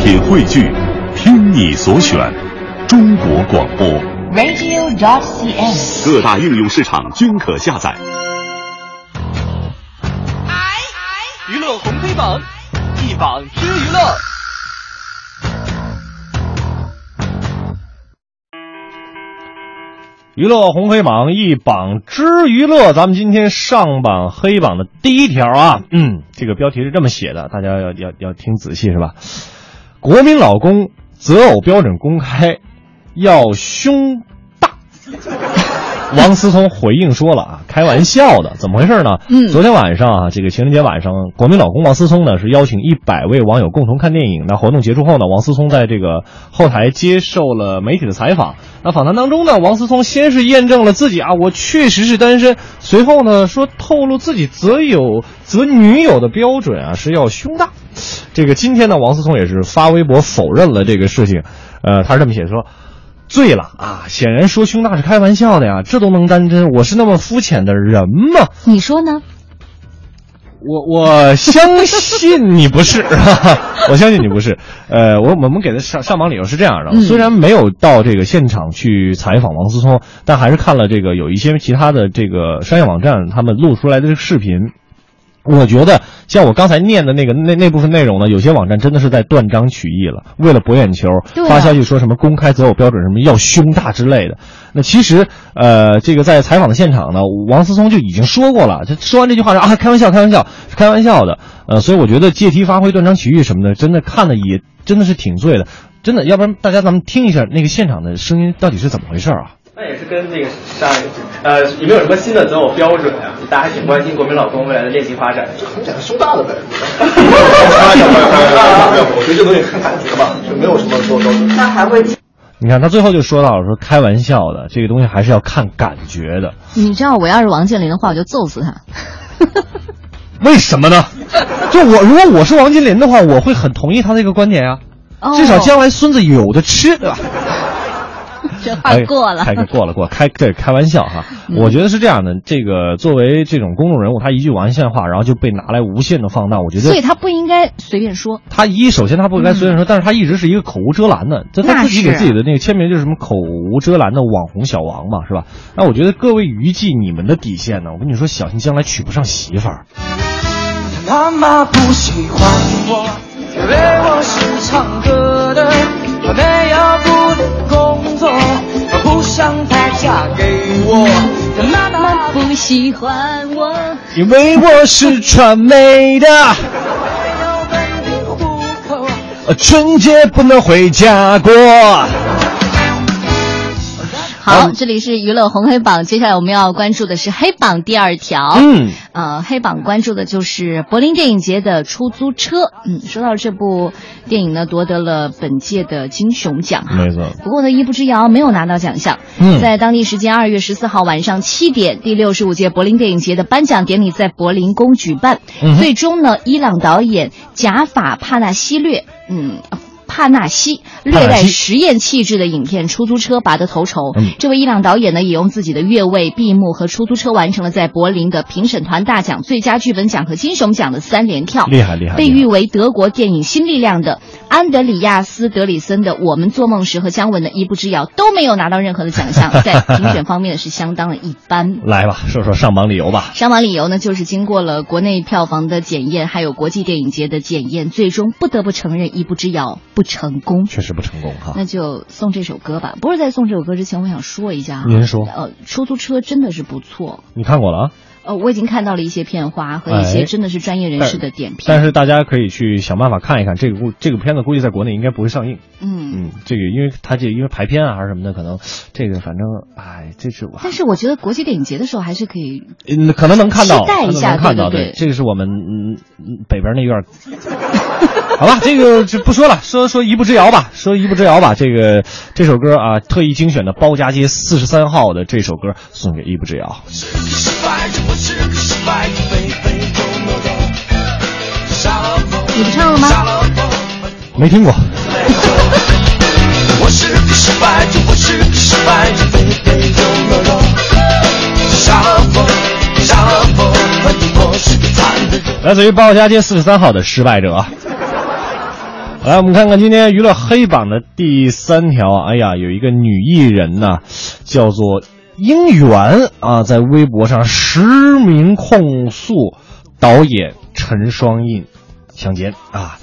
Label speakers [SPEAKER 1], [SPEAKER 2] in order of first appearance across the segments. [SPEAKER 1] 品汇聚，听你所选，中国广播。
[SPEAKER 2] radio.cn。
[SPEAKER 1] 各大应用市场均可下载。
[SPEAKER 3] 娱乐红黑榜，一榜之娱乐。
[SPEAKER 4] 娱乐红黑榜一榜之娱乐，咱们今天上榜黑榜的第一条啊，嗯，这个标题是这么写的，大家要要要听仔细是吧？国民老公择偶标准公开，要胸大。王思聪回应说了啊，开玩笑的，怎么回事呢？
[SPEAKER 5] 嗯
[SPEAKER 4] 昨天晚上啊，这个情人节晚上，国民老公王思聪呢是邀请一百位网友共同看电影。那活动结束后呢，王思聪在这个后台接受了媒体的采访。那访谈当中呢，王思聪先是验证了自己啊，我确实是单身。随后呢，说透露自己择友择女友的标准啊是要胸大。这个今天呢，王思聪也是发微博否认了这个事情。呃，他是这么写的说。醉了啊！显然说胸大是开玩笑的呀，这都能当真？我是那么肤浅的人吗？
[SPEAKER 5] 你说呢？
[SPEAKER 4] 我我相信你不 是，我相信你不是。呃，我我们给他上上榜理由是这样的，
[SPEAKER 5] 嗯
[SPEAKER 4] 虽然没有到这个现场去采访王思聪，但还是看了这个有一些其他的这个商业网站他们录出来的这个视频。我觉得像我刚才念的那个那那部分内容呢，有些网站真的是在断章取义了，为了博眼球，
[SPEAKER 5] 对啊
[SPEAKER 4] 发消息说什么公开择偶标准什么要胸大之类的。那其实，呃，这个在采访的现场呢，王思聪就已经说过了，就说完这句话说啊，开玩笑，开玩笑，是开玩笑的。呃，所以我觉得借题发挥、断章取义什么的，真的看的也真的是挺醉的，真的。要不然大家咱们听一下那个现场的声音到底是怎么回事儿啊？
[SPEAKER 6] 那也是跟那个上一个，呃，有没有什么新的择偶标准啊？大家还挺关心国民老公未来的恋情发展。
[SPEAKER 7] 我们讲胸大的呗。我觉得这东西看感觉吧，就没有什么说标准。
[SPEAKER 4] 你看他最后就说到了说开玩笑的，这个东西还是要看感觉的。
[SPEAKER 5] 你知道我要是王健林的话，我就揍死他。
[SPEAKER 4] 为什 么呢？就我如果我是王金林的话，我会很同意他这个观点呀、啊
[SPEAKER 5] 哦
[SPEAKER 4] 至少将来孙子有的吃，对吧？
[SPEAKER 5] 这话过了， 嗯
[SPEAKER 4] 哎开过了过了开对开玩笑哈。我觉得是这样的，这个作为这种公众人物，他一句玩笑话，然后就被拿来无限的放大，我觉
[SPEAKER 5] 所以
[SPEAKER 4] 得。
[SPEAKER 5] 他不应该随便说。
[SPEAKER 4] 他一首先他不该随便说，但是他一直是一个口无遮拦的，就他
[SPEAKER 5] 那
[SPEAKER 4] 自己给
[SPEAKER 5] 是
[SPEAKER 4] 自己的那个签名就是什么口无遮拦的网红小王嘛，是吧？那我觉得各位娱记你们的底线呢，我跟你说，小心将来娶不上媳妇儿。
[SPEAKER 3] 妈妈不喜欢我，因为我是唱歌的，我没有固定工作，我不想她嫁给我。但妈妈不
[SPEAKER 5] 不喜欢我，
[SPEAKER 4] 因为我是传媒的，
[SPEAKER 3] 要本地户口，
[SPEAKER 4] 呃春节不能回家过。
[SPEAKER 5] 好，这里是娱乐红黑榜，接下来我们要关注的是黑榜第二条。
[SPEAKER 4] 嗯，
[SPEAKER 5] 呃，黑榜关注的就是柏林电影节的出租车。嗯，说到这部电影呢，夺得了本届的金熊奖哈。
[SPEAKER 4] 没错。
[SPEAKER 5] 不过呢，一步之遥没有拿到奖项。
[SPEAKER 4] 嗯
[SPEAKER 5] 在当地时间二月十四号晚上七点，第六十五届柏林电影节的颁奖典礼在柏林宫举办。
[SPEAKER 4] 嗯哼
[SPEAKER 5] 最终呢，伊朗导演贾法帕纳西略，嗯。帕纳西略
[SPEAKER 4] 帕纳
[SPEAKER 5] 带
[SPEAKER 4] 西
[SPEAKER 5] 实验气质的影片《出租车》拔得头筹。
[SPEAKER 4] 嗯
[SPEAKER 5] 这位伊朗导演呢，也用自己的《越位》《闭幕》和《出租车》完成了在柏林的评审团大奖、最佳剧本奖和金熊奖的三连跳。
[SPEAKER 4] 厉害厉害。
[SPEAKER 5] 被誉
[SPEAKER 4] 厉害
[SPEAKER 5] 为德国电影新力量的安德里亚斯·德里森的《我们做梦时》和姜文的《一步之遥》都没有拿到任何的奖 项，在评选方面是相当的一般。
[SPEAKER 4] 来吧，说说上榜理由吧。
[SPEAKER 5] 上榜理由呢，就是经过了国内票房的检验，还有国际电影节的检验，最终不得不承认《一步之遥》不成功。
[SPEAKER 4] 确实不成功哈。
[SPEAKER 5] 那就送这首歌吧。不是在送这首歌之前，我想说一下啊，
[SPEAKER 4] 您说
[SPEAKER 5] 呃，出租车真的是不错。
[SPEAKER 4] 你看过了啊？
[SPEAKER 5] 呃，我已经看到了一些片花和一
[SPEAKER 4] 哎
[SPEAKER 5] 些真的是专业人士的点评。
[SPEAKER 4] 但是大家可以去想办法看一看这个故这个片子，估计在国内应该不会上映。
[SPEAKER 5] 嗯，
[SPEAKER 4] 嗯，这个因为它这因为排片啊还是什么的，可能这个反正哎，这是我
[SPEAKER 5] 但是我觉得国际电影节的时候还是可以
[SPEAKER 4] 嗯可能能看到，
[SPEAKER 5] 期待一下
[SPEAKER 4] 可能能看到
[SPEAKER 5] 对对对
[SPEAKER 4] 这个是我们嗯嗯北边那院儿。好吧，这个就不说了，说说一步之遥吧，说一步之遥吧。这个这首歌啊，特意精选的包家街四十三号的这首歌送给一步之遥。
[SPEAKER 3] 失败，我是个失败的 baby，no no no，杀了我，
[SPEAKER 5] 你不唱了吗
[SPEAKER 3] 杀了我。
[SPEAKER 4] 没听过，
[SPEAKER 3] 我是个失败者，我是个失败者，baby no no no，杀了我，杀了我，反正我是个惨的
[SPEAKER 4] 啊
[SPEAKER 3] 人。
[SPEAKER 4] 来自于包家街四十三号的失败者。来，我们看看今天娱乐黑榜的第三条啊，哎呀，有一个女艺人呐，叫做英媛啊，在微博上实名控诉导演陈双印强奸啊。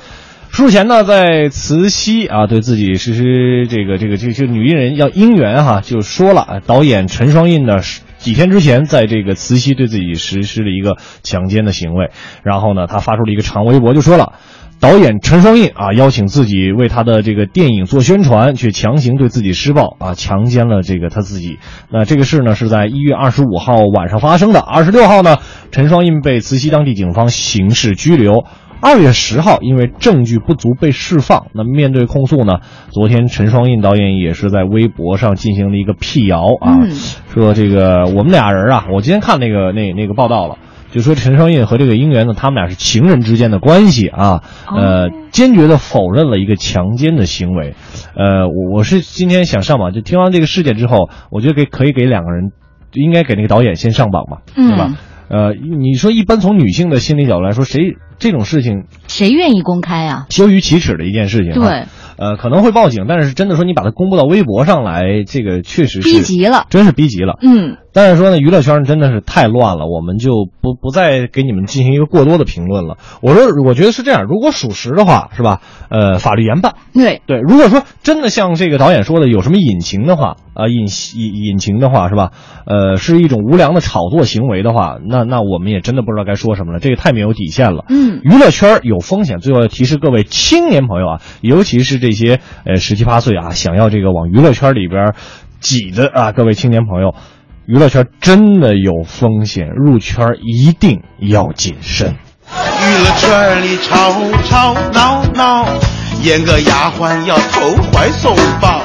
[SPEAKER 4] 术前呢，在慈溪啊，对自己实施这个这个这个、这个女艺人叫姻缘哈，就说了，啊导演陈双印呢是几天之前在这个慈溪对自己实施了一个强奸的行为，然后呢，他发出了一个长微博，就说了。导演陈双印啊，邀请自己为他的这个电影做宣传，却强行对自己施暴啊，强奸了这个他自己。那这个事呢是在一月二十五号晚上发生的，二十六号呢，陈双印被慈溪当地警方刑事拘留。二月十号，因为证据不足被释放。那面对控诉呢，昨天陈双印导演也是在微博上进行了一个辟谣啊，
[SPEAKER 5] 嗯
[SPEAKER 4] 说这个我们俩人啊，我今天看那个那那个报道了。就说陈双印和这个姻缘呢，他们俩是情人之间的关系啊，
[SPEAKER 5] 哦
[SPEAKER 4] 呃，坚决的否认了一个强奸的行为，呃，我我是今天想上榜，就听完这个事件之后，我觉得给可以给两个人，应该给那个导演先上榜吧，
[SPEAKER 5] 嗯
[SPEAKER 4] 对吧？呃，你说一般从女性的心理角度来说，谁这种事情
[SPEAKER 5] 谁愿意公开啊？
[SPEAKER 4] 羞于启齿的一件事情、啊，
[SPEAKER 5] 对，
[SPEAKER 4] 呃，可能会报警，但是真的说你把它公布到微博上来，这个确实是
[SPEAKER 5] 逼急了
[SPEAKER 4] 真是逼急了。
[SPEAKER 5] 嗯，
[SPEAKER 4] 但是说呢，娱乐圈真的是太乱了，我们就不不再给你们进行一个过多的评论了。我说，我觉得是这样，如果属实的话，是吧？呃，法律严办。
[SPEAKER 5] 对，
[SPEAKER 4] 对，如果说真的像这个导演说的，有什么隐情的话，啊、隐隐隐情的话是吧？呃，是一种无良的炒作行为的话，那那我们也真的不知道该说什么了，这个太没有底线了。
[SPEAKER 5] 嗯
[SPEAKER 4] 娱乐圈有风险，最后要提示各位青年朋友啊，尤其是这些呃十七八岁啊，想要这个往娱乐圈里边挤的啊，各位青年朋友，娱乐圈真的有风险，入圈一定要谨慎。
[SPEAKER 2] 娱乐圈里吵吵闹闹，演个丫鬟要投怀送抱，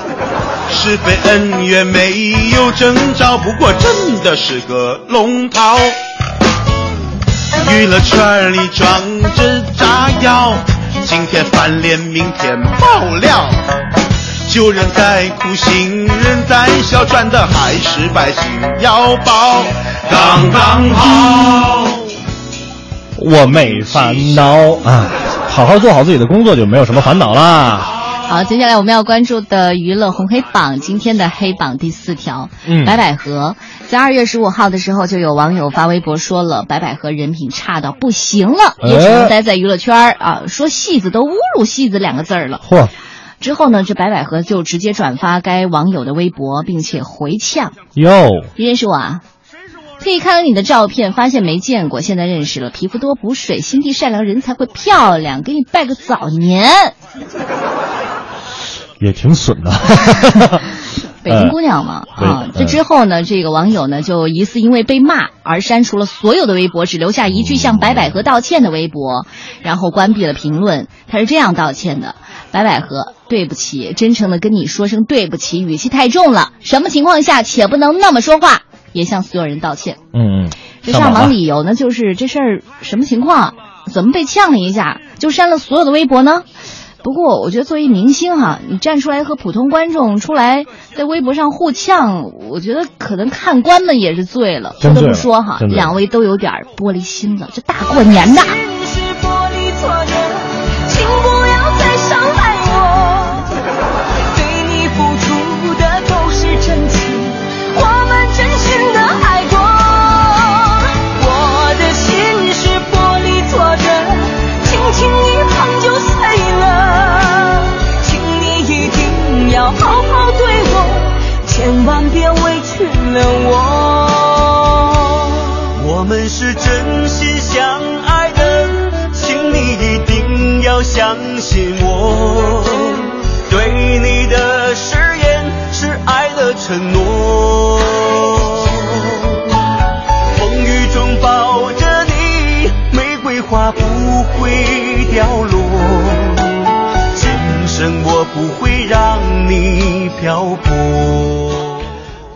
[SPEAKER 2] 是非恩怨没有征兆，不过真的是个龙套。娱乐圈里装着炸药，今天翻脸，明天爆料。旧人在哭，新人在笑，赚的还是百姓腰包，刚刚好。
[SPEAKER 4] 我没烦恼啊，好好做好自己的工作就没有什么烦恼啦。
[SPEAKER 5] 好，接下来我们要关注的娱乐红黑榜，今天的黑榜第四条，
[SPEAKER 4] 嗯
[SPEAKER 5] 白百合，在二月十五号的时候，就有网友发微博说了，白百合人品差到不行了，也只能待在娱乐圈儿啊，说戏子都侮辱戏子两个字儿了。
[SPEAKER 4] 嚯，
[SPEAKER 5] 之后呢，这白百合就直接转发该网友的微博，并且回呛
[SPEAKER 4] 哟，：“
[SPEAKER 5] 认识我啊？”特意看了你的照片，发现没见过，现在认识了。皮肤多补水，心地善良，人才会漂亮。给你拜个早年，
[SPEAKER 4] 也挺损的。
[SPEAKER 5] 北京姑娘嘛、
[SPEAKER 4] 对
[SPEAKER 5] 啊
[SPEAKER 4] 嗯。
[SPEAKER 5] 这之后呢，这个网友呢就疑似因为被骂而删除了所有的微博，只留下一句向白百合道歉的微博，然后关闭了评论。他是这样道歉的：白百合，对不起，真诚的跟你说声对不起，语气太重了。什么情况下且不能那么说话？也向所有人道歉。
[SPEAKER 4] 嗯嗯，
[SPEAKER 5] 这
[SPEAKER 4] 上
[SPEAKER 5] 上
[SPEAKER 4] 榜
[SPEAKER 5] 榜
[SPEAKER 4] 了
[SPEAKER 5] 理由呢，就是这事儿什么情况，怎么被呛了一下，就删了所有的微博呢？不过我觉得作为明星哈、你站出来和普通观众出来在微博上互呛，我觉得可能看官们也是醉了。
[SPEAKER 4] 真
[SPEAKER 5] 不得
[SPEAKER 4] 醉
[SPEAKER 5] 不
[SPEAKER 4] 了
[SPEAKER 5] 说哈、
[SPEAKER 4] 真醉了
[SPEAKER 5] 两位都有点儿玻璃心了，这大过年的。
[SPEAKER 8] 是玻璃做的，请不要再伤害我。对你付出的都是真情，我们真心的爱过。我的心是玻璃做的，轻轻一碰就碎了。请你一定要好好对我，千万别委屈了我。
[SPEAKER 2] 我们是真心相爱的，请你一定要相信我。对你的誓言是爱的承诺。风雨中抱着你，玫瑰花不会掉落。今生我不会让你漂泊。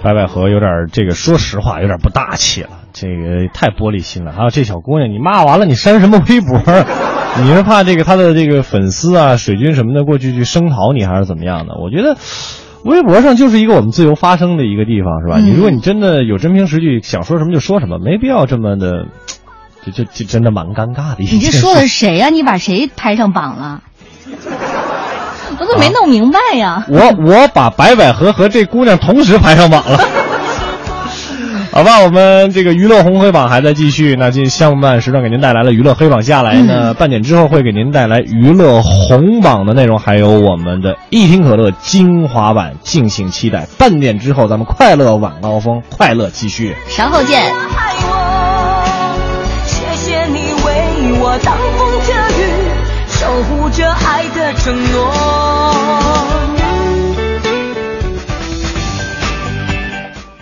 [SPEAKER 4] 白百合有点儿这个，说实话有点儿不大气了，这个太玻璃心了。还有这小姑娘，你骂完了你删什么微博？ 你是怕这个她的这个粉丝啊、水军什么的过去去声讨你，还是怎么样的？我觉得。微博上就是一个我们自由发声的一个地方，是吧？
[SPEAKER 5] 嗯
[SPEAKER 4] 你如果你真的有真凭实据，想说什么就说什么，没必要这么的，这这这真的蛮尴尬的一
[SPEAKER 5] 你
[SPEAKER 4] 件
[SPEAKER 5] 这
[SPEAKER 4] 事。
[SPEAKER 5] 说的是谁呀、你把谁拍上榜了？我怎么没
[SPEAKER 4] 啊
[SPEAKER 5] 弄明白呀？
[SPEAKER 4] 我我把白百合和这姑娘同时排上 榜了。好吧，我们这个娱乐红黑榜还在继续。那近上半时段给您带来了娱乐黑榜，下来呢、半点之后会给您带来娱乐红榜的内容，还有我们的一听可乐精华版，敬请期待。半点之后咱们快乐晚高峰，快乐继续。
[SPEAKER 5] 稍后见。
[SPEAKER 8] 爱我，谢谢你为我挡风遮雨，守护着爱的承诺。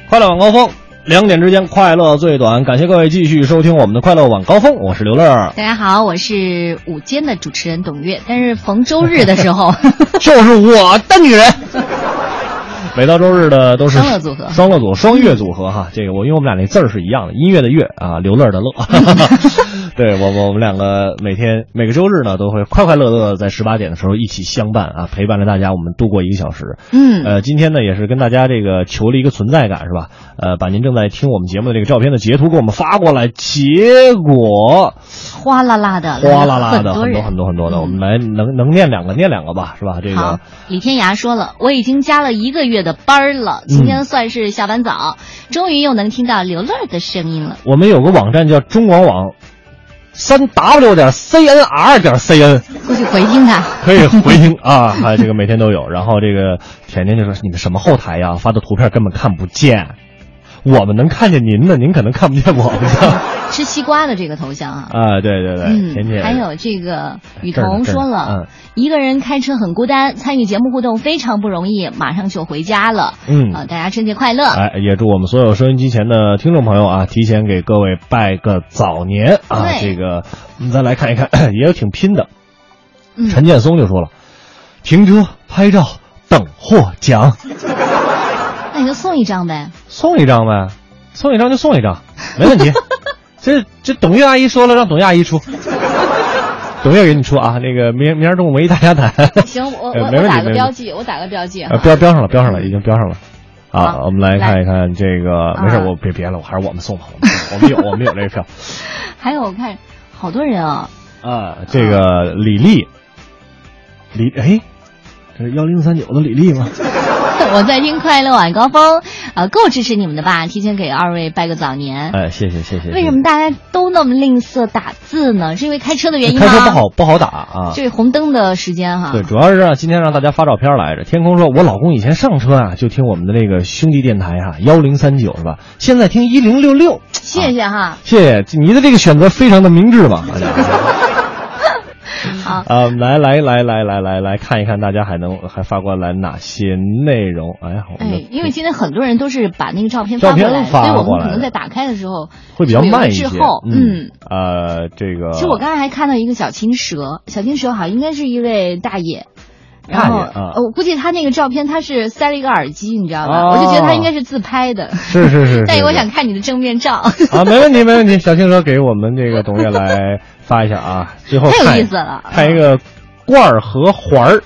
[SPEAKER 4] 快乐晚高峰，两点之间，快乐最短。感谢各位继续收听我们的快乐晚高峰，我是刘乐。
[SPEAKER 5] 大家好，我是午间的主持人董月，但是逢周日的时 候，
[SPEAKER 4] 就是我的女人。每到周日的都是
[SPEAKER 5] 双乐组合
[SPEAKER 4] 双乐组、双乐组合哈。这个我因为我们俩那字儿是一样的，音乐的乐啊，刘乐 的乐。对我我我们两个每天每个周日呢都会快快乐乐地在十八点的时候一起相伴啊，陪伴着大家，我们度过一个小时。
[SPEAKER 5] 嗯
[SPEAKER 4] 呃，今天呢也是跟大家这个求了一个存在感是吧？呃，把您正在听我们节目的这个照片的截图给我们发过来，结果。
[SPEAKER 5] 哗啦啦的，
[SPEAKER 4] 哗啦啦
[SPEAKER 5] 很
[SPEAKER 4] 的，
[SPEAKER 5] 多人
[SPEAKER 4] 很多很多很多的，
[SPEAKER 5] 嗯
[SPEAKER 4] 我们来能能念两个，念两个吧，是吧？这个
[SPEAKER 5] 好，李天涯说了，我已经加了一个月的班儿了，
[SPEAKER 4] 嗯
[SPEAKER 5] 今天算是下班早，终于又能听到刘乐儿的声音了。
[SPEAKER 4] 我们有个网站叫中广网，三 w 点 cnr 点 cn
[SPEAKER 5] 过去回听他，
[SPEAKER 4] 可以回听 啊，还有这个每天都有。然后这个甜甜就说：“你们什么后台呀、发的图片根本看不见，我们能看见您的，您可能看不见我们 的。
[SPEAKER 5] 吃西瓜的这个头像啊。
[SPEAKER 4] 啊，对对对，
[SPEAKER 5] 嗯，
[SPEAKER 4] 甜甜
[SPEAKER 5] 还有这个雨
[SPEAKER 4] 这儿呢
[SPEAKER 5] 桐
[SPEAKER 4] 嗯这儿呢
[SPEAKER 5] 说了，一个人开车很孤单，参与节目互动非常不容易，马上就回家了。
[SPEAKER 4] 嗯
[SPEAKER 5] 啊，大家春节快乐。
[SPEAKER 4] 哎，也祝我们所有收音机前的听众朋友啊，提前给各位拜个早年啊！
[SPEAKER 5] 对
[SPEAKER 4] 这个，我们再来看一 看，也有挺拼的。
[SPEAKER 5] 嗯
[SPEAKER 4] 陈建松就说了：“停车、拍照、等获奖，
[SPEAKER 5] 那你就送一张呗。
[SPEAKER 4] 送一张呗，送一张就送一张，没问 题。这这董月阿姨说了，让董月阿姨出，董月给你出啊。那个明明儿中午文艺大家谈，
[SPEAKER 5] 行，我
[SPEAKER 4] 呃
[SPEAKER 5] 我
[SPEAKER 4] 没
[SPEAKER 5] 我
[SPEAKER 4] 问题
[SPEAKER 5] 打个
[SPEAKER 4] 没问题
[SPEAKER 5] 标记，我打个标记啊。
[SPEAKER 4] 呃，标标上了，标上了，已经标上了。啊，
[SPEAKER 5] 好
[SPEAKER 4] 我们来看
[SPEAKER 5] 来
[SPEAKER 4] 一看这个，没事，
[SPEAKER 5] 啊
[SPEAKER 4] 我别别了，我还是我们送吧，我们送吧我们有我们有 这个票。
[SPEAKER 5] 还有我看好多人啊，
[SPEAKER 4] 啊，这个李丽，李哎，这是幺零三九的李丽吗？
[SPEAKER 5] 我在听快乐晚高峰，呃，够支持你们的吧？提前给二位拜个早年。
[SPEAKER 4] 哎，谢谢谢谢。
[SPEAKER 5] 为什么大家都那么吝啬打字呢？是因为开车的原因吗？
[SPEAKER 4] 开车不好不好打啊？
[SPEAKER 5] 这是啊红灯的时间哈。
[SPEAKER 4] 对，主要是让今天让大家发照片来着。天空说，我老公以前上车啊，就听我们的那个兄弟电台啊，幺零三九是吧？现在听一零六六。
[SPEAKER 5] 谢谢哈。
[SPEAKER 4] 谢谢你的这个选择非常的明智嘛。大家
[SPEAKER 5] 好
[SPEAKER 4] 啊，我们来来来来来来来看一看，大家还能还发过来哪些内容？哎呀，我们的
[SPEAKER 5] 哎，因为今天很多人都是把那个照片
[SPEAKER 4] 照
[SPEAKER 5] 发过
[SPEAKER 4] 片
[SPEAKER 5] 来，
[SPEAKER 4] 发
[SPEAKER 5] 所以我
[SPEAKER 4] 过
[SPEAKER 5] 们可
[SPEAKER 4] 来
[SPEAKER 5] 能在打开的时候
[SPEAKER 4] 会比较
[SPEAKER 5] 有
[SPEAKER 4] 慢一
[SPEAKER 5] 滞
[SPEAKER 4] 些。
[SPEAKER 5] 后，嗯。，
[SPEAKER 4] 呃，这个
[SPEAKER 5] 其实我刚才还看到一个小青蛇，小青蛇好像应该是一位大爷。然
[SPEAKER 4] 大
[SPEAKER 5] 后、
[SPEAKER 4] 爷啊
[SPEAKER 5] 呃我估计他那个照片他是塞了一个耳机，你知道吧？
[SPEAKER 4] 哦
[SPEAKER 5] 我就觉得他应该是自拍的。
[SPEAKER 4] 是是是 是
[SPEAKER 5] 但
[SPEAKER 4] 是
[SPEAKER 5] 我想看你的正面照，
[SPEAKER 4] 啊，没问题没问题，小青蛇给我们这个董月来发一下啊，最后
[SPEAKER 5] 太有
[SPEAKER 4] 看
[SPEAKER 5] 意思了啊
[SPEAKER 4] 看一个罐儿和环儿，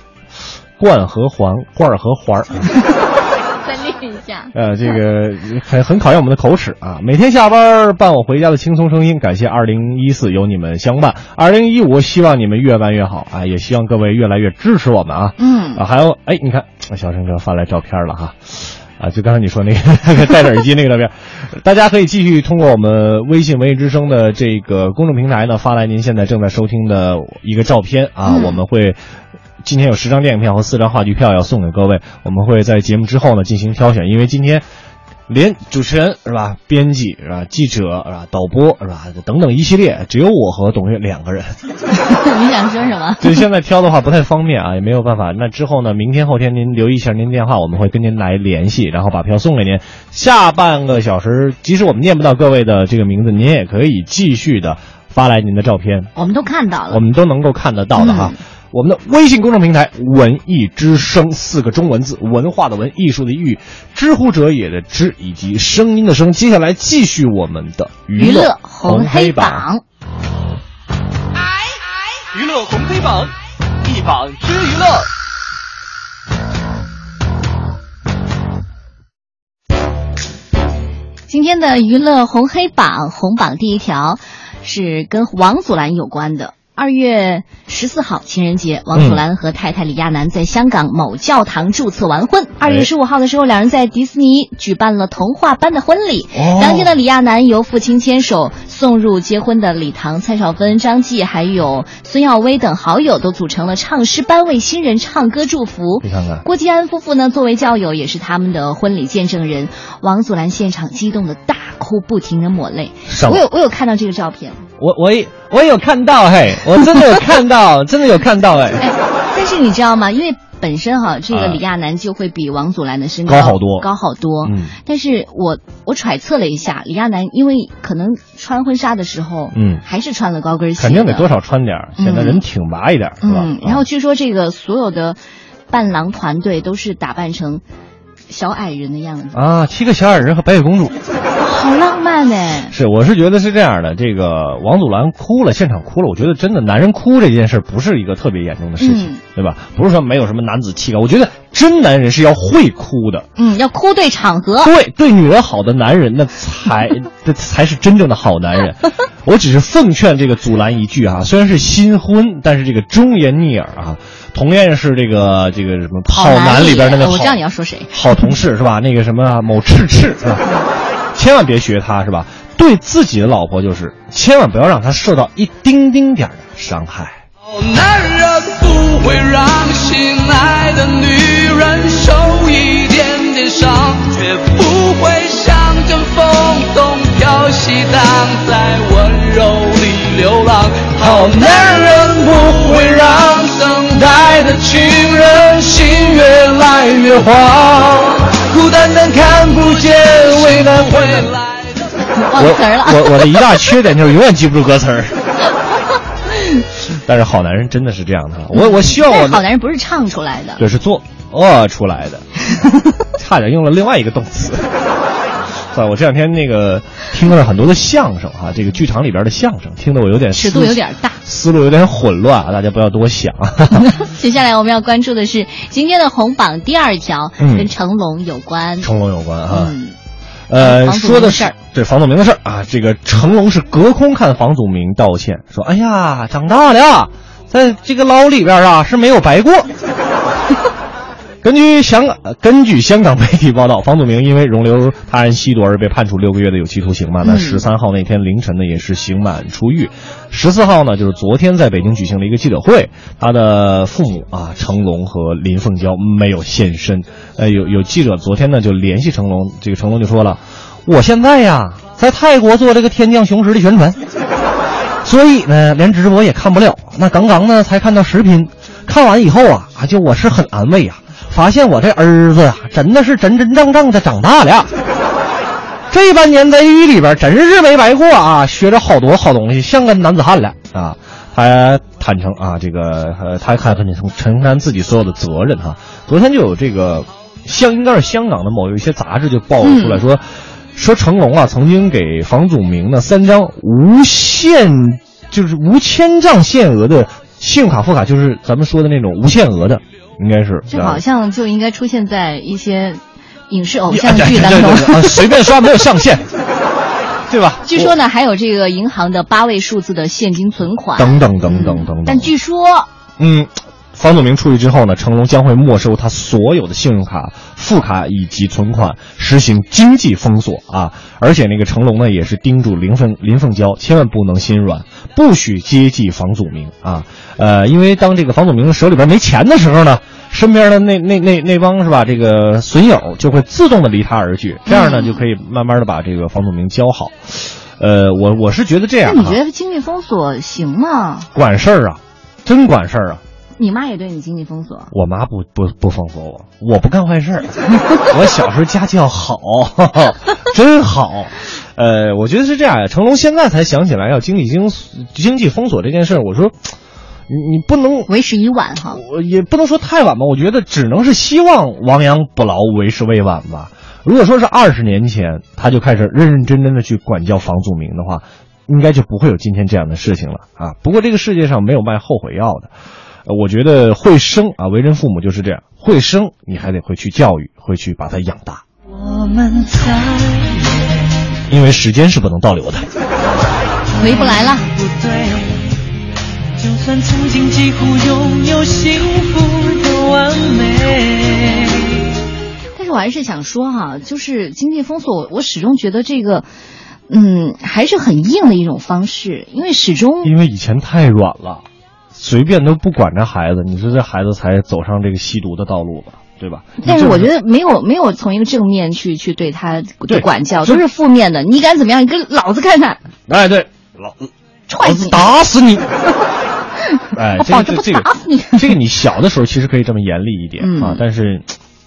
[SPEAKER 4] 罐和环，罐儿和环儿，
[SPEAKER 5] 再练一下。
[SPEAKER 4] 呃，这个很很考验我们的口齿啊。每天下班伴我回家的轻松声音，感谢二零一四有你们相伴，二零一五希望你们越办越好啊，也希望各位越来越支持我们啊。
[SPEAKER 5] 嗯
[SPEAKER 4] 啊，还有哎，你看小陈哥发来照片了哈。啊，就刚才你说那个 戴着耳机那个照片，大家可以继续通过我们微信“文艺之声”的这个公众平台呢发来您现在正在收听的一个照片啊，
[SPEAKER 5] 嗯
[SPEAKER 4] 我们会今天有十张电影票和四张话剧票要送给各位，我们会在节目之后呢进行挑选，因为今天连主持人是吧、编辑是吧、记者是吧、导播是吧等等一系列，只有我和董月两个人，
[SPEAKER 5] 你想说什 么？
[SPEAKER 4] 所以现在挑的话不太方便啊，也没有办法。那之后呢，明天后天您留意一下您电话，我们会跟您来联系，然后把票送给您。下半个小时，即使我们念不到各位的这个名字，您也可以继续的发来您的照片，
[SPEAKER 5] 我们都看到了
[SPEAKER 4] 我。们都能够看得到的哈。
[SPEAKER 5] 嗯
[SPEAKER 4] 我们的微信公众平台“文艺之声”四个中文字，文化的文，艺术的艺，知乎者也的知，以及声音的声。接下来继续我们的
[SPEAKER 5] 娱乐
[SPEAKER 4] 乐
[SPEAKER 5] 红黑
[SPEAKER 4] 黑
[SPEAKER 5] 榜，
[SPEAKER 3] 娱乐红黑榜，一榜之娱乐。
[SPEAKER 5] 今天的娱乐红黑榜红榜第一条是跟王祖蓝有关的。二月十四号情人节，王祖蓝和太太李亚男在香港某教堂注册完婚。二月十五号的时候，两人在迪士尼举办了童话般的婚礼。
[SPEAKER 4] 哦
[SPEAKER 5] 当天的李亚男由父亲牵手送入结婚的礼堂，蔡少芬、张继还有孙耀威等好友都组成了唱诗班为新人唱歌祝福。
[SPEAKER 4] 你看看，
[SPEAKER 5] 郭继安夫妇呢，作为教友，也是他们的婚礼见证人。王祖蓝现场激动的大哭，不停的抹泪。
[SPEAKER 4] 上
[SPEAKER 5] 我有我有看到这个照片，
[SPEAKER 4] 我我也我也有看到嘿，我真的有看到，真的有看到哎，
[SPEAKER 5] 哎，但是你知道吗？因为本身哈，这个
[SPEAKER 4] 啊
[SPEAKER 5] 李亚男就会比王祖蓝的身高
[SPEAKER 4] 高好多
[SPEAKER 5] 高好多。
[SPEAKER 4] 嗯
[SPEAKER 5] 但是我我揣测了一下，李亚男因为可能穿婚纱的时候，
[SPEAKER 4] 嗯
[SPEAKER 5] 还是穿了高跟鞋，
[SPEAKER 4] 肯定得多。少穿点儿，显得人挺拔一点儿，是吧？
[SPEAKER 5] 嗯，然后据说这个所有的伴郎团队都是打扮成小矮人的样 子，
[SPEAKER 4] 啊，七个小矮人和白雪公主。
[SPEAKER 5] 好浪漫哎。
[SPEAKER 4] 是，我是觉得是这样的，这个王祖蓝哭了，现场哭了，我觉得真的男人哭这件事儿不是一个特别严重的事情，
[SPEAKER 5] 嗯
[SPEAKER 4] 对吧？不是说没有什么男子气概，我觉得真男人是要会哭的，
[SPEAKER 5] 嗯，要哭对场 合。
[SPEAKER 4] 对对，女人好的男人 那才这才是真正的好男人。我只是奉劝这个祖蓝一句啊，虽然是新婚，但是这个忠言逆耳啊，同样是这个这个什么
[SPEAKER 5] 好
[SPEAKER 4] 跑
[SPEAKER 5] 男
[SPEAKER 4] 男里边那个
[SPEAKER 5] 哦我
[SPEAKER 4] 好
[SPEAKER 5] 知道你要说谁
[SPEAKER 4] 好同事是吧？那个什么某赤赤是吧？千万别学他是吧？对自己的老婆就是，千万不要让她受到一丁丁点儿的伤害。
[SPEAKER 3] 好男人不会让心爱的女人受一点点伤，绝不会像阵风东飘西荡，在温柔里流浪。好男人不会让等待的情人心越来越慌，孤单单看不见未来回来的。
[SPEAKER 5] 忘词儿了。
[SPEAKER 4] 我我我的一大缺点就是永远记不住歌 词儿。但是好男人真的是这样的，啊我我希望我
[SPEAKER 5] 但好
[SPEAKER 4] 能
[SPEAKER 5] 男人不是唱出来的。
[SPEAKER 4] 这是做哦出来 的，差点用了另外一个动词。 算了，我这两天那个听了很多的相声哈、这个剧场里边的相声，听得我有点
[SPEAKER 5] 尺
[SPEAKER 4] 思
[SPEAKER 5] 度有点大
[SPEAKER 4] 思路有点混乱啊，大家不要多想。 嗯
[SPEAKER 5] 接下来我们要关注的是今天的红榜第二条，
[SPEAKER 4] 嗯
[SPEAKER 5] 跟成龙有关。
[SPEAKER 4] 成龙有啊关哈、
[SPEAKER 5] 嗯，
[SPEAKER 4] 呃，
[SPEAKER 5] 房祖
[SPEAKER 4] 说
[SPEAKER 5] 名
[SPEAKER 4] 的
[SPEAKER 5] 的
[SPEAKER 4] 是
[SPEAKER 5] 事儿
[SPEAKER 4] 对房祖名的事儿啊，这个成龙是隔空看房祖名道歉，说：“哎呀，长大了，在这个牢里边啊是没有白过。”根据香港呃根据香港媒体报道，房祖名因为容留他人吸毒而被判处六个月的有期徒刑嘛。那
[SPEAKER 5] 嗯
[SPEAKER 4] 十三号那天凌晨呢，也是刑满出狱。十四号呢，就是昨天在北京举行了一个记者会，他的父母啊，成龙和林凤娇没有现身。呃，有有记者昨天呢就联系成龙，这个成龙就说了，我现在呀在泰国做这个天降雄狮的宣传。所以呢，连直播也看不了。那刚刚呢，才看到视频，看完以后啊，啊就我是很安慰啊，发现我这儿子啊，真的是真真正正的长大了。这半年在狱里边真是没白过啊，学着好多好东西，像个男子汉了啊。他坦诚啊，这个呃，他看很承承担自己所有的责任哈、昨天就有这个，香应该是香港的某一些杂志就爆了出来说，说成龙啊曾经给房祖名呢三张无限就是无千丈限额的信用卡副卡，就是咱们说的那种无限额的，应该是
[SPEAKER 5] 这
[SPEAKER 4] 啊
[SPEAKER 5] 好像就应该出现在一些影视偶
[SPEAKER 4] 对
[SPEAKER 5] 像剧
[SPEAKER 4] 对
[SPEAKER 5] 当
[SPEAKER 4] 对对啊，
[SPEAKER 5] 中。
[SPEAKER 4] 随便刷没有上限，对吧？
[SPEAKER 5] 据说呢，还有这个银行的八位数字的现金存款。
[SPEAKER 4] 等等等等
[SPEAKER 5] 嗯
[SPEAKER 4] 等等。
[SPEAKER 5] 但据说，
[SPEAKER 4] 嗯，房祖名出狱之后呢，成龙将会没收他所有的信用卡、副卡以及存款，实行经济封锁啊！而且那个成龙呢，也是叮嘱林凤林凤娇，千万不能心软，不许接济房祖名啊！呃，因为当这个房祖名手里边没钱的时候呢。身边的那那那那帮是吧？这个损友就会自动的离他而去，这样呢、
[SPEAKER 5] 嗯
[SPEAKER 4] 就可以慢慢的把这个房祖名教好。呃，我我是觉得这
[SPEAKER 5] 那
[SPEAKER 4] 样、啊，
[SPEAKER 5] 你觉得经济封锁行吗？
[SPEAKER 4] 管事儿啊，真管事儿啊！
[SPEAKER 5] 你妈也对你经济封锁，
[SPEAKER 4] 我妈不不不封锁我，我不干坏事儿。 我小时候家教好， 真好。呃，我觉得是这样呀。成龙现在才想起来要经济经经济封锁这件事儿，我说你你不能，
[SPEAKER 5] 为时已晚哈。
[SPEAKER 4] 我也不能说太晚吧。我觉得只能是希望亡羊补牢，为时未晚吧。如果说是二十年前他就开始认认真真的去管教房祖名的话，应该就不会有今天这样的事情了啊。不过这个世界上没有卖后悔药的。呃我觉得会生啊，为人父母就是这样，会生你还得会去教育，会去把它养大，
[SPEAKER 3] 我们在。
[SPEAKER 4] 因为时间是不能倒流的。
[SPEAKER 5] 回不来了。
[SPEAKER 3] 不对，
[SPEAKER 9] 就算曾经几乎拥有幸福的完美。
[SPEAKER 5] 但是我还是想说哈、就是经济封锁，我始终觉得这个，嗯，还是很硬的一种方式，因为始终
[SPEAKER 4] 因为以前太软了，随便都不管着孩子，你说这孩子才走上这个吸毒的道路吧，对吧？
[SPEAKER 5] 但是我觉得没有没有从一个正面去去对他
[SPEAKER 4] 对
[SPEAKER 5] 的管教，都是负面的。你敢怎么样？你跟老子看看，
[SPEAKER 4] 哎，对，老
[SPEAKER 5] 踹
[SPEAKER 4] 老
[SPEAKER 5] 死
[SPEAKER 4] 子
[SPEAKER 5] 你！
[SPEAKER 4] 打 死你！哎，
[SPEAKER 5] 我
[SPEAKER 4] 这
[SPEAKER 5] 保
[SPEAKER 4] 个
[SPEAKER 5] 证
[SPEAKER 4] 这
[SPEAKER 5] 不
[SPEAKER 4] 这个
[SPEAKER 5] 打死你
[SPEAKER 4] 这个你小的时候其实可以这么严厉一点啊
[SPEAKER 5] 嗯，
[SPEAKER 4] 但是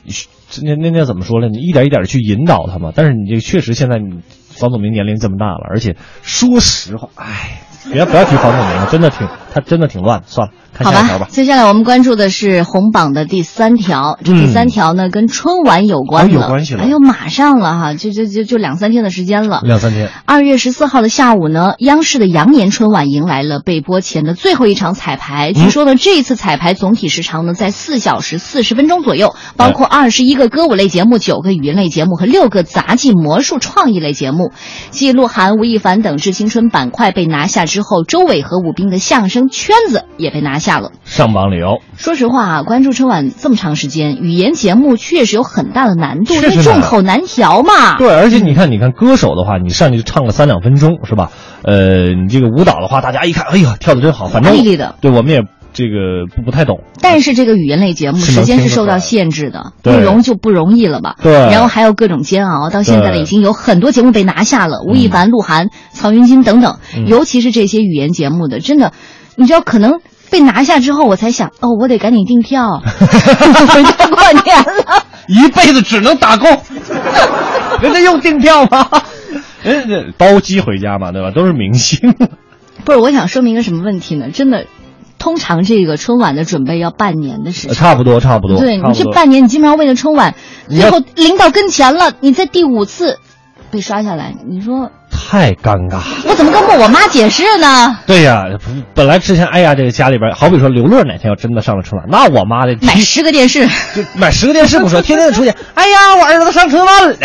[SPEAKER 4] 嘘那那那怎么说呢？你一点一点地去引导他嘛。但是你这个确实现在你房祖名年龄这么大了，而且说实话，哎，别不要提房祖名了，真的挺他真的挺乱，算了，看
[SPEAKER 5] 好
[SPEAKER 4] 下一条吧
[SPEAKER 5] 吧，。接下来我们关注的是红榜的第三条，这第
[SPEAKER 4] 嗯
[SPEAKER 5] 三条呢、跟春晚有关
[SPEAKER 4] 啊
[SPEAKER 5] 了，
[SPEAKER 4] 有关系了
[SPEAKER 5] 哎呦，马上了哈，就就就就两三天的时间了。
[SPEAKER 4] 两三天，
[SPEAKER 5] 二月十四号的下午呢，央视的羊年春晚迎来了被播前的最后一场彩
[SPEAKER 4] 嗯
[SPEAKER 5] 排。据说呢，这一次彩排总体时长呢在四小时四十分钟左右，包括二十一个歌舞类节目、九个语音类节目和六个杂技、魔术、创意类节目。继鹿晗、吴亦凡等致青春板块被拿下之后，周伟和武斌的相声圈子也被拿下了。
[SPEAKER 4] 上榜理由
[SPEAKER 5] 说实话啊，关注春晚这么长时间，语言节目确实有很大的难度，因
[SPEAKER 4] 确实
[SPEAKER 5] 为
[SPEAKER 4] 难啊
[SPEAKER 5] 众口难调嘛。
[SPEAKER 4] 对，而且你看，你看歌手的话，你上去就唱个三两分钟是吧？呃，你这个舞蹈的话，大家一看，哎呀，跳的真好，反正
[SPEAKER 5] 卖力的
[SPEAKER 4] 对我们也这个不不太懂，
[SPEAKER 5] 但是这个语言类节目
[SPEAKER 4] 是能
[SPEAKER 5] 时间
[SPEAKER 4] 听
[SPEAKER 5] 是
[SPEAKER 4] 得
[SPEAKER 5] 受
[SPEAKER 4] 出来
[SPEAKER 5] 到限制的，不
[SPEAKER 4] 对
[SPEAKER 5] 容就不容易了吧？
[SPEAKER 4] 对
[SPEAKER 5] 然后还有各种煎熬，到现在呢，
[SPEAKER 4] 对
[SPEAKER 5] 已经有很多节目被拿下了，吴亦凡、鹿晗、曹云金等等，
[SPEAKER 4] 嗯
[SPEAKER 5] 尤其是这些语言节目的，真的，你知道可能。被拿下之后，我才想，哦，我得赶紧订票， 回家过年 了。
[SPEAKER 4] 一辈子只能 打工，人家用订票吗？人家包机回家嘛，对吧？都是明星，
[SPEAKER 5] 不是，我想说明一个什么问题呢？真的，通常这个春晚的准备要半年的时间。
[SPEAKER 4] 呃差不多，差不多，
[SPEAKER 5] 对
[SPEAKER 4] 嗯差
[SPEAKER 5] 你
[SPEAKER 4] 不
[SPEAKER 5] 这
[SPEAKER 4] 多。
[SPEAKER 5] 半年，你基本上为了春晚，
[SPEAKER 4] 你
[SPEAKER 5] 最
[SPEAKER 4] 要
[SPEAKER 5] 后临到跟前了，你在第五次被刷下来，你说
[SPEAKER 4] 太尴尬。
[SPEAKER 5] 我怎么跟我我妈解释呢？
[SPEAKER 4] 对呀、本来之前哎呀，这个家里边，好比说刘乐哪天要真的上了春晚，那我妈的
[SPEAKER 5] 买十个电 视，
[SPEAKER 4] 就买十个电视不说，天天出去，哎呀，我儿子上春晚 了。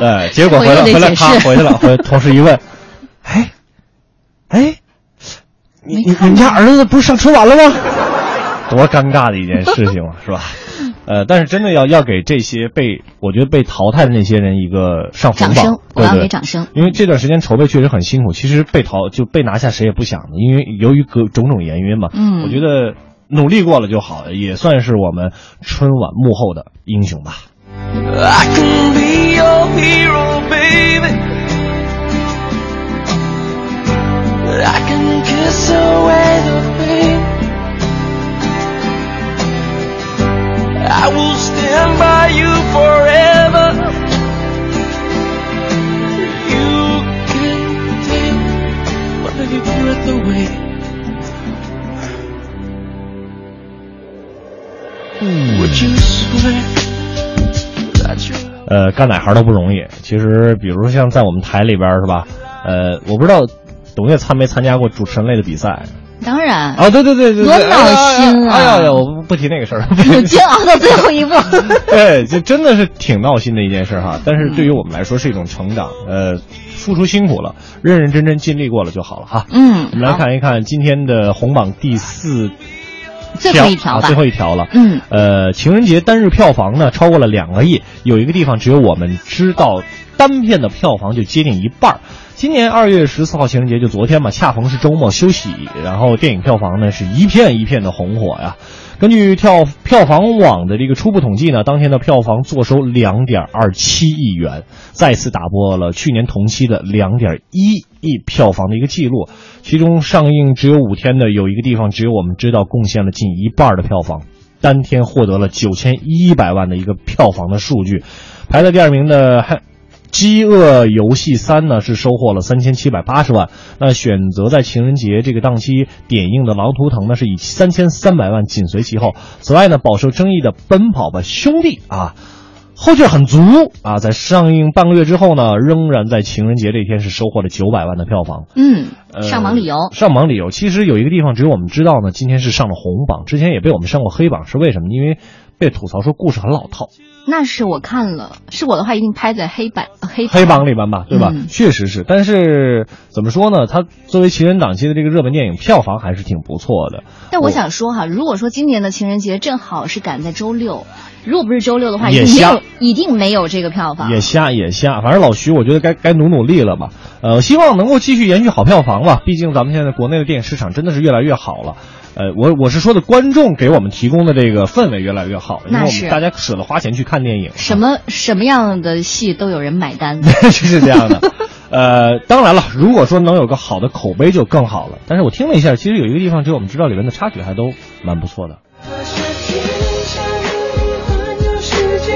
[SPEAKER 4] 哎，结果回来
[SPEAKER 5] 回来得
[SPEAKER 4] 回来
[SPEAKER 5] 解释
[SPEAKER 4] 他回来了，回来同事一问，哎，哎，你
[SPEAKER 5] 没
[SPEAKER 4] 你你
[SPEAKER 5] 看
[SPEAKER 4] 们家儿子不是上春晚了吗？ 多尴尬的一件事情啊，是吧？呃，但是真的要要给这些被我觉得被淘汰的那些人一个上
[SPEAKER 5] 掌
[SPEAKER 4] 红榜
[SPEAKER 5] 声，，我
[SPEAKER 4] 对
[SPEAKER 5] 要
[SPEAKER 4] 对
[SPEAKER 5] 给。掌声。
[SPEAKER 4] 因为这段时间筹备确实很辛苦，其实被淘就被拿下谁也不想的，因为由于各种种原因嘛，
[SPEAKER 5] 嗯
[SPEAKER 4] 我觉得努力过了就好了，也算是我们春晚幕后的英雄吧。
[SPEAKER 3] I can be your hero, baby. I can kiss away the pain. I will stand by you forever. You can take one of your breath away.
[SPEAKER 4] 嗯
[SPEAKER 3] Would you swear that you?
[SPEAKER 4] 呃，干哪行都不容易。其实，比如像在我们台里边儿是吧？呃，我不知道董月参没参加过主持人类的比赛
[SPEAKER 5] 当然，
[SPEAKER 4] 啊？对对对对，对
[SPEAKER 5] 多闹心啊
[SPEAKER 4] 哎呀哎呀，我不不提那个事儿。
[SPEAKER 5] 煎熬到最后一 步。
[SPEAKER 4] 对，哎这真的是挺闹心的一件事哈。但是对于我们来说是一种成长，呃，付出辛苦了，认认真真尽力过了就好了哈。
[SPEAKER 5] 嗯
[SPEAKER 4] 我们来看一看今天的红榜第四
[SPEAKER 5] 最后一条吧
[SPEAKER 4] 啊最后一条了。
[SPEAKER 5] 嗯，
[SPEAKER 4] 呃，情人节单日票房呢超过了两个亿，有一个地方只有我们知道，单片的票房就接近一半儿。今年二月十四号情人节，就昨天嘛，恰逢是周末休息，然后电影票房呢是一片一片的红火呀。根据票票房网的这个初步统计呢，当天的票房坐收两点二七亿元，再次打破了去年同期的两点一亿票房的一个记录。其中上映只有五天的，有一个地方只有我们知道贡献了近一半的票房，单天获得了九千一百万的一个票房的数据，排在第二名的还。《饥饿游戏三》呢是收获了三千七百八十万，那选择在情人节这个档期点映的《狼图腾》呢是以三千三百万紧随其后。此外呢，饱受争议的《奔跑吧兄弟》啊，后劲儿很足啊，在上映半个月之后呢，仍然在情人节这天是收获了九百万的票房。
[SPEAKER 5] 嗯，
[SPEAKER 4] 呃
[SPEAKER 5] 上榜理由。
[SPEAKER 4] 上榜理由，其实有一个地方只有我们知道呢，今天是上了红榜，之前也被我们上过黑榜，是为什么？因为被吐槽说故事很老套，
[SPEAKER 5] 那是我看了，是我的话一定拍在黑板呃黑
[SPEAKER 4] 黑榜里边吧，对吧？
[SPEAKER 5] 嗯
[SPEAKER 4] 确实是，但是怎么说呢？它作为情人档期的这个热门电影，票房还是挺不错的。
[SPEAKER 5] 但我想说哈，如果说今年的情人节正好是赶在周六，如果不是周六的话，一
[SPEAKER 4] 也
[SPEAKER 5] 定没
[SPEAKER 4] 瞎
[SPEAKER 5] 有一定没有这个票房。
[SPEAKER 4] 也瞎也瞎，反正老徐，我觉得该该努努力了吧。呃，希望能够继续延续好票房吧，毕竟咱们现在国内的电影市场真的是越来越好了。呃，我我是说的观众给我们提供的这个氛围越来越好，因为
[SPEAKER 5] 那
[SPEAKER 4] 我
[SPEAKER 5] 是
[SPEAKER 4] 们大家舍得花钱去看电影。
[SPEAKER 5] 什么什么样的戏都有人买单。
[SPEAKER 4] 是这样的。呃，当然了，如果说能有个好的口碑就更好了。但是我听了一下，其实有一个地方只有我们知道里面的插曲还都蛮不错的。
[SPEAKER 3] 可是天下无一环游世界，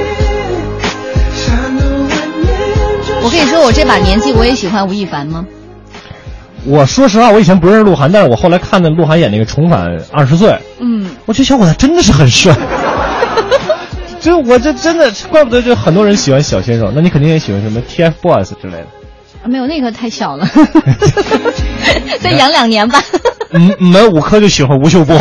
[SPEAKER 3] 山路蜿蜒着
[SPEAKER 5] 我跟你说，我这把年纪我也喜欢吴亦凡吗？
[SPEAKER 4] 我说实话，我以前不认识鹿晗，但是我后来看的鹿晗演那个《重返二十岁》，
[SPEAKER 5] 嗯，
[SPEAKER 4] 我觉得小伙子真的是很 帅。这我这真的，怪不得就很多人喜欢小鲜肉，那你肯定也喜欢什么 TFBOYS 之类的。
[SPEAKER 5] 啊没有那个太小了，再养两年吧。
[SPEAKER 4] 嗯，没有五科就喜欢吴秀波。